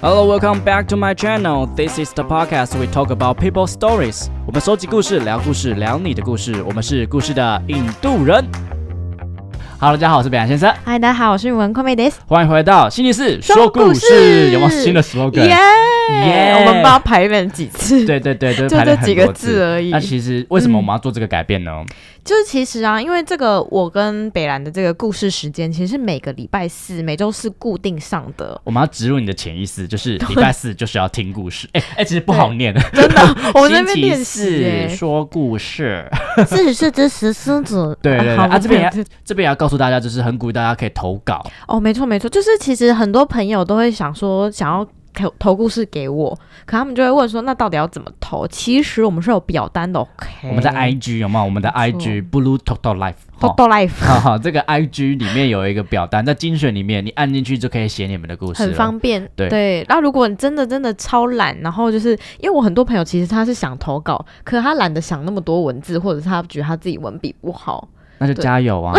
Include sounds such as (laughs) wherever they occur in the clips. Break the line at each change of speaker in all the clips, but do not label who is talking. Hello, welcome back to my channel. This is the podcast we talk about people stories. 我们收集故事，聊故事，聊你的故事。我们是故事的印度人。Hello，大家好，我是北洋先生，
嗨，大家好，我是文坤妹 Days。
欢迎回到星期四说
说
故
故
事。
事
有没有新的 slogan？
耶！
Yeah
我们不知道排练几次，
对对对，就
就
排了
这
很
几个
多
字而已
那。其实为什么我们要做这个改变呢？。
(laughs) 就是其实啊，因为这个我跟北兰的这个故事时间，其实是每个礼拜四、每周四固定上的
我们要植入你的潜意识，
(laughs)
就是礼拜四就是要听故事。哎哎、其实不好念，
真的，我在
星
那边
期
练习
四
耶。
说故事。，
(laughs) 四十四只石狮子
(laughs) 对对对
好
啊这边也
我们
这边也要告诉大家，就是很鼓励大家可以投稿。
哦，没错没错，就是其实很多朋友都会想说，想要投投故事给我，可他们就会问说，那到底要怎么投？其实我们是有表单的，OK。
我们在 IG 有没有？我们的
哦没错
IG Blue Total Life
豆
哈。
豆 life
哈哈，这个 I G 里面有一个表单，在精选里面，你按进去就可以写你们的故事了。
很方便。
啊对
那如果你真的真的超懒，然后就是因为我很多朋友其实他是想投稿，可他懒得想那么多文字，或者是他觉得他自己文笔
(laughs)
不好，
那就
对
加油啊！
(laughs)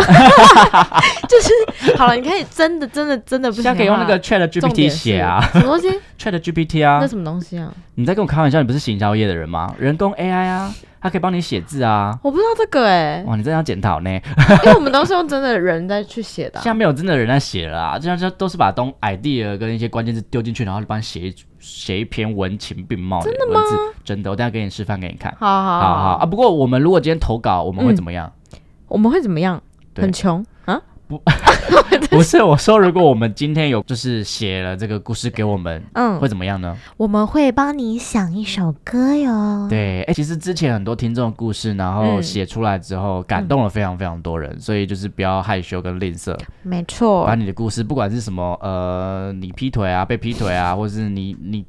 好了，你可以真的真的真的不
现
行
在
啊，
可以用那个 Chat
重点
GPT
是
写啊
什么东西？
(laughs) ，Chat GPT 啊
那。什么东西啊？
你在跟我开玩笑？你不是行销业的人吗？人工 AI 啊，它可以帮你写字啊。
我不知道这个哎、
哇，你真的要检讨呢！
因为我们都是用真的人在去写
(laughs) 现
的啊、
在没有真的人在写了啊，就像这都是把东 idea 跟一些关键字丢进去，然后就帮你写一写一篇文情并茂的文字。真的，我等一下给你示范给你看。
好
好
好好
好啊，不过我们如果今天投稿，我们会
哦嗯
怎么样？
我们会怎么样？
对
很穷啊？
(laughs) 不是我说，如果我们今天有就是写了这个故事给我们，
嗯
会，怎么样呢？
我们会帮你想一首歌哟。
对，哎、其实之前很多听众的故事，然后
嗯
写出来之后，感动了非常非常多人，所以就是不要害羞跟吝啬，
没错
把，你的故事，不管是什么，呃，你劈腿啊，被劈腿啊，或是你你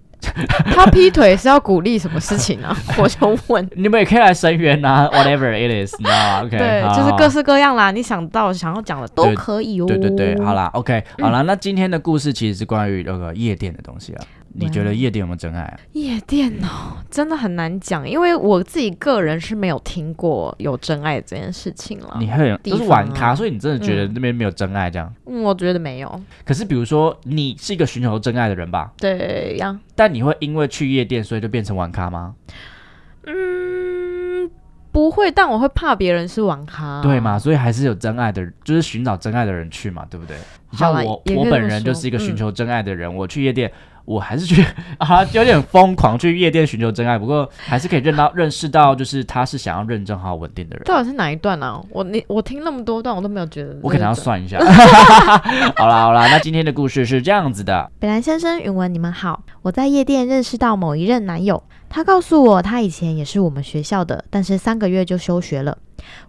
他劈腿是要鼓励什么
(laughs)
事情啊？我就问。
你们也可以来声援
(laughs)
啊，whatever it is，你知道吗？OK，
对，
好
就是
好
各式各样啦，你想到想要讲的都可以哦。
对对对，好，啦，OK，好
嗯
啦，那今天的故事其实是关于那个夜店的东西啊。你
嗯
觉得夜店有没有真爱啊？
夜店哦，真的很难讲，因为我自己个人是没有听过有真爱这件事情了。
你很
地
都
方
是
啊
玩咖，所以你真的觉得那边没有真爱这样。
嗯，我觉得没有。
可是比如说你是一个寻求真爱的人吧，
对呀，
但你会因为去夜店所以就变成玩咖吗？
嗯，不会，但我会怕别人是网咖。
对？嘛，所以还是有真爱的，就是寻找真爱的人去嘛，对不对？你像
好啦啊
我，
也可以
我
这
本
么
人就
说
是一个寻
嗯
求真爱的人，我去夜店。我还是去啊，有点疯狂去夜店寻求真爱，不过还是可以认到认识到，就是他是想要认真好好稳定的人。
到底是哪一段啊？我你我听那么多段，我都没有觉得。
我可能要。算
(laughs)
一下。好啦好啦，那今天的故事是这样子的，
北兰先生、允文，你们好。我在夜店认识到某一任男友，他告诉我他以前也是我们学校的，但是三个月就休学了。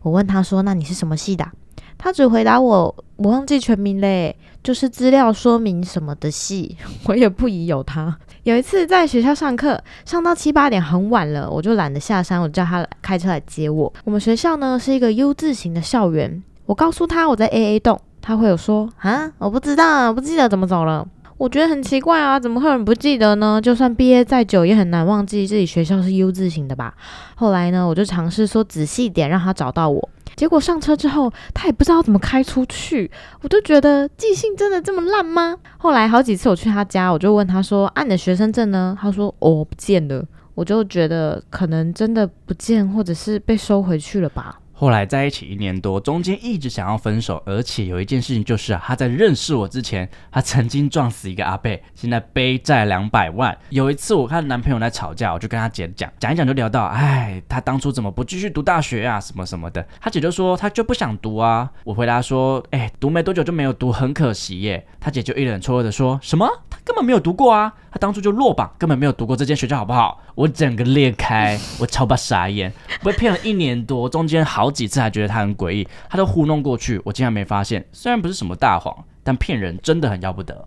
我问他说：“那你是什么系的啊、他只回答我：“我忘记全名嘞，就是资料说明什么的系。” (laughs) 我也不疑有他。有一次在学校上课，上到七八点很晚了，我就懒得下山，我叫他来开车来接我。我们学校呢是一个 U 字形的校园，我告诉他我在 AA 栋，他会有说：“啊，我不知道啊，我不记得怎么走了。”我觉得很奇怪啊，怎么会有人不记得呢？就算毕业再久，也很难忘记自己学校是 U 字形的吧。后来呢，我就尝试说仔细点，让他找到我。结果上车之后，他也不知道怎么开出去，我就觉得记性真的这么烂吗？后来好几次我去他家，我就问他说：“啊，你的学生证呢？”他说：“哦，不见了。”我就觉得可能真的不见，或者是被收回去了吧。
后来在一起一年多，中间一直想要分手，而且有一件事情就是啊，他在认识我之前，他曾经撞死一个阿贝，现在背债两百万。有一次我看男朋友在吵架，我就跟他姐讲，讲一讲就聊到，哎，他当初怎么不继续读大学啊，什么什么的。他姐就说他就不想读啊。我回答说，哎，读没多久就没有读，很可惜耶。他姐就一脸错愕的说，什么？他根本没有读过啊，他当初就落榜，根本没有读过这间学校，好不好？我整个裂开，我超巴傻眼。被骗了一年多，中间好几次还觉得他很诡异，他都糊弄过去，我竟然没发现。虽然不是什么大谎，但骗人真的很要不得。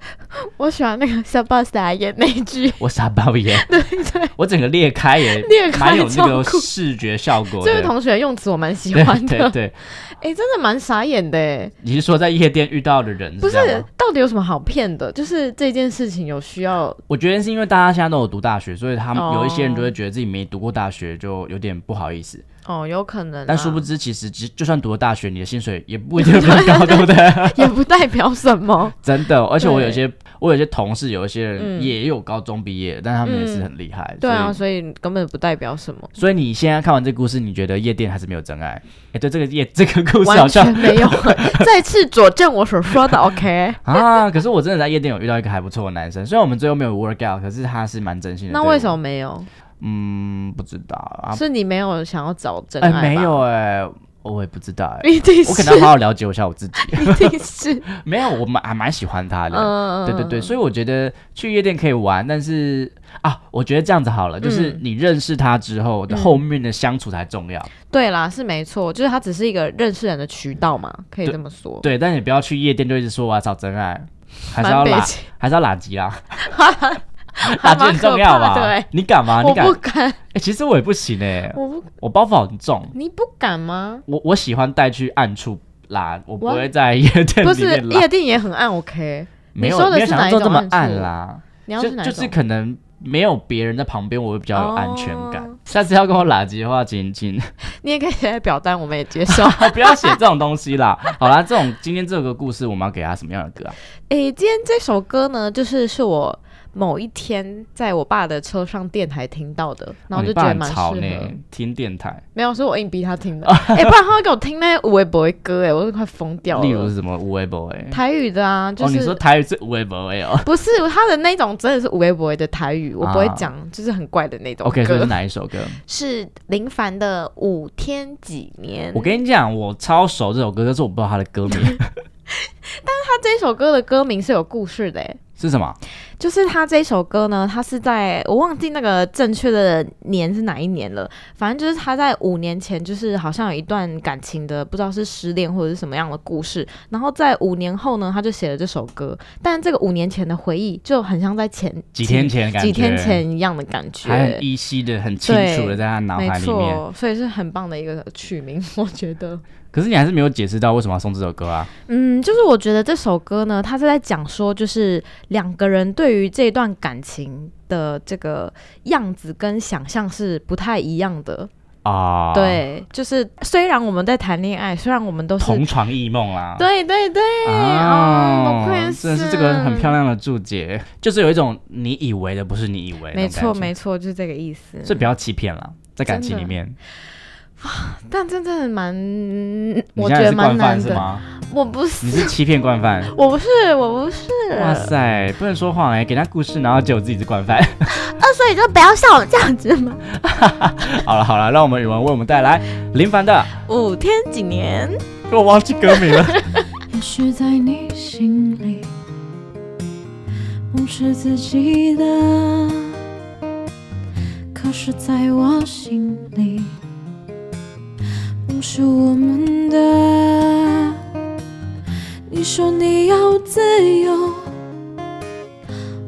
我喜欢那个小 boss 来演那一 (laughs) 句，
我傻包眼，对对，我整个裂开也
(laughs) 裂开
蛮有那个
超酷
视觉效果
这
的。
位同学用词我蛮
(laughs)
喜
对
欢的。
对对，
哎、真的蛮傻眼的哎，
你是说在夜店遇到的人
不
是这样吗
是？到到底有什么好骗的？就是这件事情有需要
我觉得是因为大家现在都有读大学，所以他们
哦
有一些人就会觉得自己没读过大学，就有点不好意思。
哦，有可能啦，
但殊不知，其实就就算读了大学，你的薪水也不一定很
(laughs)
高，对不对？
也不代表
(laughs)
什么。
真的，而且我有
对
些我有些同事，有一些人
嗯
也有高中毕业，但他们也是
嗯
很厉害。
对啊，
所以，
所以根本不代表什么，
所以你现在看完这故事，你觉得夜店还是没有真爱？哎、对这个夜这个故事好
(laughs) 完全
像
没
(laughs)
有。再次佐证我所说的，OK？
啊，可是我真的在夜店有遇到一个还不错的男生，虽然我们最后没有 work out，可是他是蛮真心的。
那
对我
为什么？没有？
嗯，不知道啊，
是你没有想要找真
哎、
爱吧？
没有哎、我也不知道哎、
一定
我可
是
能要好好了解一下我自己。
(laughs) 一定
(laughs)
是，
没有，我蛮还蛮喜欢他的。
嗯，
对对对，所以我觉得去夜店可以玩，但是啊，我觉得这样子好了，就是
嗯
你认识他之后的
嗯
后面的相处才重要。
对啦，是没错，就是它只是一个认识人的渠道嘛，可以
对
这么说。
对，但你不要去夜店就一直说我要找真爱，还是
蛮
要
悲
拉，
情
还是要拉吉啦，拉
(laughs) 还
吉
(laughs) 蛮
很
可
重要
怕
吧
的、欸。？
你敢吗？你
我
敢？
不敢，
哎、其实我也不行哎、
我不，
我包袱很重，
你不敢吗？
我我喜欢带去暗处拉，我不
哇
会在夜 (laughs) 店
不
里
是
面拉
夜，店也很暗，OK？
没有
你说的
没有
是
想象
哪一
中这
种
么
暗处
暗啦。
你要
就是
哪一
就
种？
是可能没有别人在旁边，我会比较有安全感。
哦
下次要跟我拉鸡的话，请请
你也可以写在表单，我们也
(laughs)
接受。
哦不要写这种东西啦。好啦，这种今天这个故事，我们要给他什么样的歌啊？
诶、今天这首歌呢，就是是我某一天在我爸的车上电台听到的，
哦
然后
你
就
爸
觉得
很
蛮适
吵
合。
呢，听电台，
没有，是我硬逼
(laughs)
他听的。诶、不然他会给我听那些无为不为歌，诶，我都快疯掉了。
例如是什么无微博哎，
台语的啊，就
哦，
是、
你说台语是无微博哎哦
不是他的那种，真的是无微不为的台语，我不会
啊
讲，就是很怪的那种
，OK，所以
歌
是。哪一首歌？
是林凡的《五天几年》。
我跟你讲，我超熟这首歌，但是我不知道它的歌
(laughs)
名
他这首歌的歌名是有故事的诶，
是什么。
就是他这首歌呢，他是在我忘记那个正确的年是哪一年了，反正就是他在五年前，就是好像有一段感情的，不知道是失恋或者是什么样的故事。然后在五年后呢，他就写了这首歌，但这个五年前的回忆就很像在前
几天前的感觉，
几天前一样的感觉，
还很依稀的、很清楚的在他脑
没
海里面。
错，所以是很棒的一个曲名，我觉得。
可是你还是没有解释到为什么要送这首歌啊？
嗯，就是我觉得这首歌呢，它是在讲说，就是两个人对于这段感情的这个样子跟想象是不太一样的。
啊，，
对，就是虽然我们在谈恋爱，虽然我们都是
同床异梦啦。
对对对，
啊
哦，不愧
真的是这个很漂亮的注解，就是有一种你以为的不是你以为，
没错没
错，
错，就是这个意思。
所以不要欺骗了，在感情里面，
但真的蛮，
你
我
现
觉
在
得
是
蛮
惯
难
犯是
的。
吗？
我不是，
你是欺骗惯犯，
我不 (laughs) 是，我不是。
哇塞，不能说谎哎，给他故事，然后结果自己是惯犯。 (laughs)
啊，所以就不要像我这样子嘛。
好了好了，让我们语文为我们带来林凡的， (laughs)
五天几年？
我忘记歌名了。
也许在你心里，梦是自己的，可是在我心里，梦是我们的。你说你要自由，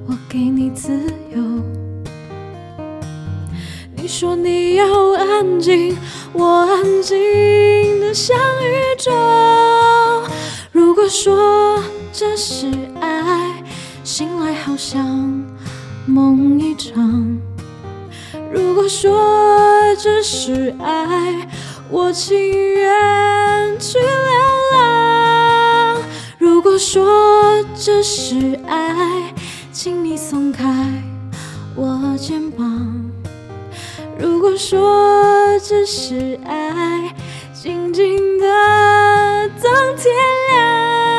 我给你自由。你说你要安静，我安静的像宇宙。如果说这是爱，醒来好像梦一场。如果说这是爱，我情愿去流浪。如果说这是爱，请你松开我肩膀。如果说这是爱，静静的等天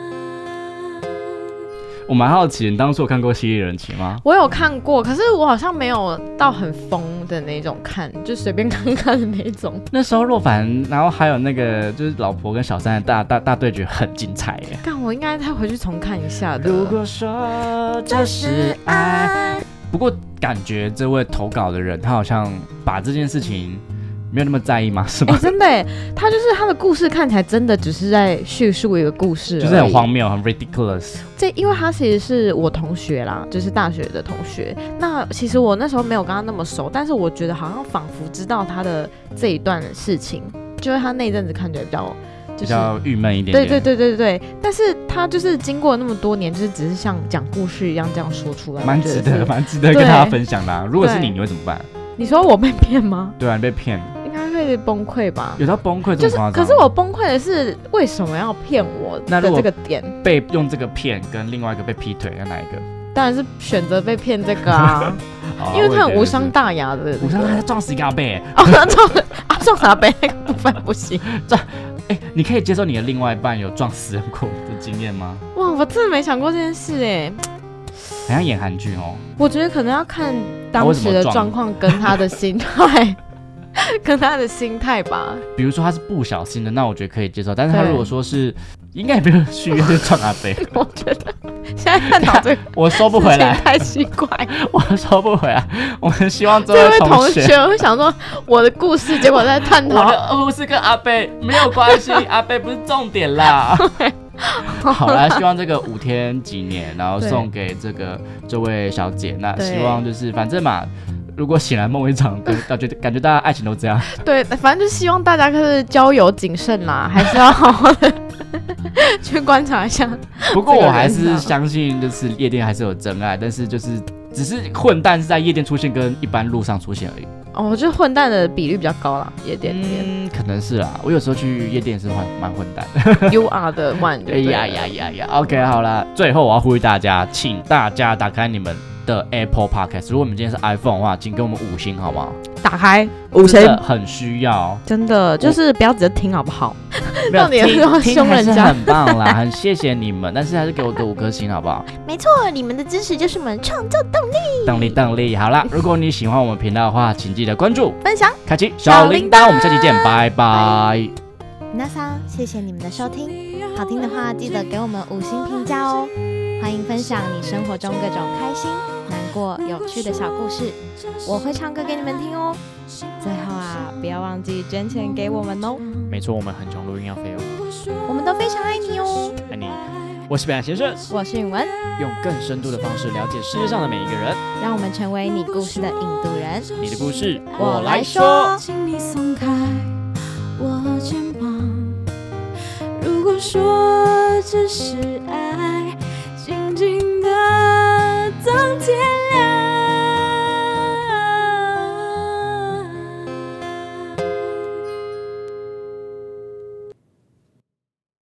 亮。
我蛮好奇，你当初有看过《犀利人妻》吗？
我有看过，可是我好像没有到很疯的那种看，就随便看看的那 (laughs) 种。
那时候若凡，然后还有那个就是老婆跟小三的大大大对决很精彩耶。
但我应该再回去重看一下的。
如果说这是爱，不过感觉这位投稿的人，他好像把这件事情没有那么在意嘛，是
哎、
吗？
真的哎，他就是他的故事看起来真的只是在叙述一个故事，
就是很荒。谬，很 ridiculous。
这因为他其实是我同学啦，就是大学的同学。那其实我那时候没有跟他那么熟，但是我觉得好像仿佛知道他的这一段事情，就是他那一阵子看起来比较。
比
就是。
较郁闷一点
对
点。
对对对对，但是他就是经过那么多年，就是只是像讲故事一样这样说出来，
蛮
我觉
值
得
得，
是。
蛮值得跟
对
大家分享的啊、如果是
对
你，你会怎么办？
你说我被骗吗？ (laughs)
对啊，你被骗，
应该会崩溃吧？
有到崩溃这
就
么
是
夸张？，
可是我崩溃的是为什么要骗我
那
的
如果
这个点？
被用这个骗，跟另外一个被劈腿，要哪一个？
当然是选择被骗这个啊，
(laughs) 好啊
因为他
我也觉
很
得
无
是
伤大雅的。
无伤，他撞死一个阿贝、
哦，那撞 (laughs) 啊撞傻杯那个部分不行。
哎、你可以接受你的另外一半有撞死人过的经验吗？
哇，我真的没想过这件事哎。
好像演韩剧哦，
我觉得可能要看
他为
当
什
时
么
的
撞
状况跟他的心态， (laughs) 跟他的心态吧。
比如说他是不小心的，那我觉得可以接受。但是他
对
如果说是，应该也没有续约就撞阿贝，
(laughs) 我觉得现在探讨这个
我收不
事
回
情
来，
太奇怪了。
(laughs) 我收不回来。我们希望这
这位
位
同
学，
学会想说我的故事，结果在探
我
讨。
的故事跟阿贝没有关系，阿贝不是重点啦。好啦，希望这个五天纪念，然后
对
送给这个这位小姐。那
对
希望就是反正嘛，如果醒来梦一场，跟 (laughs) 感觉感觉大家爱情都这样。
(laughs) 对，反正就希望大家就是交友谨慎啦，还是要 (laughs) 好好的去观察一下。
不过
这个
我
人
还是
呢
相信，就是夜店还是有真爱，但是就是只是混蛋是在夜店出现，跟一般路上出现而已。
哦，我觉得混蛋的比率比较高啦，夜店里面。
嗯，可能是啦。我有时候去夜店也是蛮蛮混蛋。
You are the one
嗯
就
哎
对了。
呀呀呀呀！OK，好啦，最后我要呼吁大家，请大家打开你们的 Apple Podcast。如果你们今天是 iPhone 的话，请给我们五星好吗？
打开
真的很需
(laughs)
要。
真的就是不要只是听好不好？
没有
到底有没有
听
凶
听还是
人家
很棒啦， (laughs) 很谢谢你们，但是还是给我个五颗星好不好？
没错，你们的支持就是我们创作动力。
动力动力。好啦，如果你喜欢我们频道的话，请记得关注、
分享
开启小铃铛，我们下期见，拜拜。
那桑，谢谢你们的收听。
好
好听
听
的
的
话，
话
记
记
得
得
给
给
我
我
们
们
五
五
星
星
评
评
价
价
哦
哦。。
欢迎分享你生活中各种开心、难过、有趣的小故事，我
我
会
会唱
唱歌
歌给
给你
你
们
们
听
听
哦
哦。。
最
最
后
后
啊
啊，，
不
不
要
要
忘
忘
记
记
捐
捐
钱
钱
给
给
我
我
们
们
哦
哦。。
没错，我们很穷，录音要费哦。
我
我们
们
都
都
非
非
常
常
爱
爱
你
你
哦
哦。
爱你我是北岸先生，
我是允文，
用更深度的方式了解世界上的每一个人。
让我们成为你故事的引渡人。
你的故事，
我来说
请你松开我肩膀。如果说这是爱，